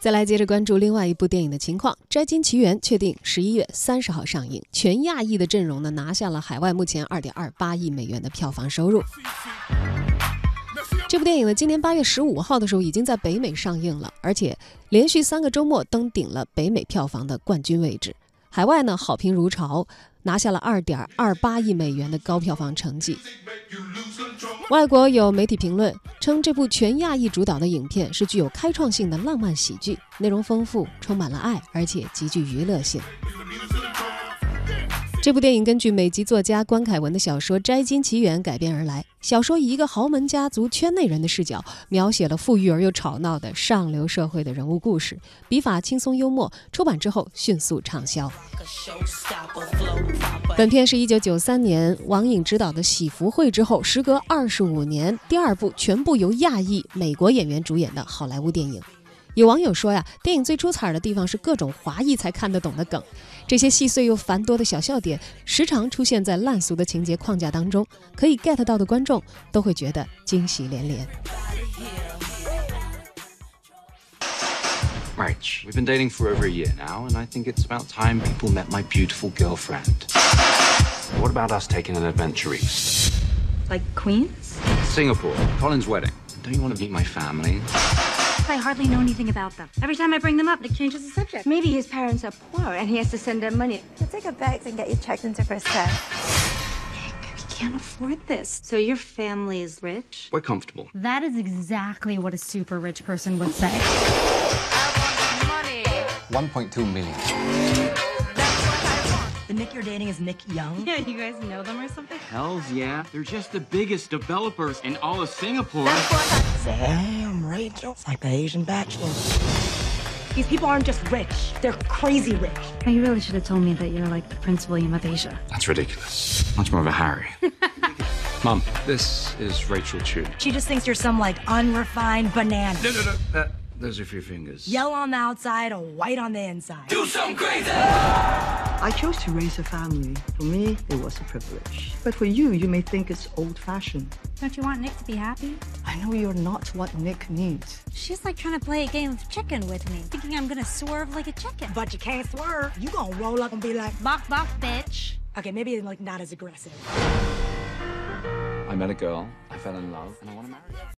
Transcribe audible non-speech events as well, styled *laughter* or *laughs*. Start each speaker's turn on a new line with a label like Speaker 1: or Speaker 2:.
Speaker 1: 再来接着关注另外一部电影的情况，《摘金奇缘》确定十一月三十号上映，全亚裔的阵容呢拿下了海外目前二点二八亿美元的票房收入。这部电影呢，今年八月十五号的时候已经在北美上映了，而且连续三个周末登顶了北美票房的冠军位置。海外呢好评如潮，拿下了二点二八亿美元的高票房成绩。外国有媒体评论称，这部全亚裔主导的影片是具有开创性的浪漫喜剧，内容丰富，充满了爱，而且极具娱乐性。这部电影根据美籍作家关凯文的小说《摘金奇缘》改编而来。小说以一个豪门家族圈内人的视角，描写了富裕而又吵闹的上流社会的人物故事，笔法轻松幽默。出版之后迅速畅销。本片是一九九三年王颖执导的《喜福会》之后，时隔二十五年，第二部全部由亚裔美国演员主演的好莱坞电影。有网友说呀，电影最出彩的地方是各种华裔才看得懂的梗，这些细碎又繁多的小笑点，时常出现在烂俗的情节框架当中，可以 get 到的观众都会觉得惊喜连连。
Speaker 2: March. We've been dating for over a year now, and I think it's about time people met my beautiful girlfriend. What about us taking an adventure east?
Speaker 3: Like Queens?
Speaker 2: Singapore, Colin's wedding. Don't you want to meet my family?
Speaker 3: I hardly know anything about them. Every time I bring them up, Nick changes the subject. Maybe his parents are poor and he has to send them money.
Speaker 4: We'll take a bags and get you checked into first class.
Speaker 3: We can't afford this. So your family is rich?
Speaker 2: We're comfortable.
Speaker 5: That is exactly what a super rich person would say.
Speaker 2: 1.2 million.
Speaker 6: The Nick you're dating is Nick Young?
Speaker 3: Yeah, *laughs* you guys know them or something?
Speaker 7: Hells yeah. They're just the biggest developers in all of Singapore.
Speaker 6: Damn, Rachel. It's like the Asian Bachelor. These people aren't just rich, they're crazy rich.
Speaker 3: Oh, you really should have told me that you're like the Prince William of Asia.
Speaker 2: That's ridiculous. Much more of
Speaker 7: *laughs*
Speaker 2: a Harry. Mom, this is Rachel Chu.
Speaker 6: She just thinks you're some like unrefined banana.
Speaker 2: No, no, no. Uh, those are for your fingers.
Speaker 6: Yellow on the outside or white on the inside.
Speaker 2: Do something crazy!
Speaker 8: I chose to raise a family. For me, it was a privilege. But for you, you may think it's old fashioned.
Speaker 3: Don't you want Nick to be happy?
Speaker 8: I know you're not what Nick needs.
Speaker 5: She's like trying to play a game of chicken with me, thinking I'm gonna swerve like a chicken.
Speaker 6: But you can't swerve. You gonna roll up and be like,
Speaker 5: Bok bok, bitch.
Speaker 6: okay, maybe like not as aggressive.
Speaker 2: I met a girl, I fell in love, and I want to marry her.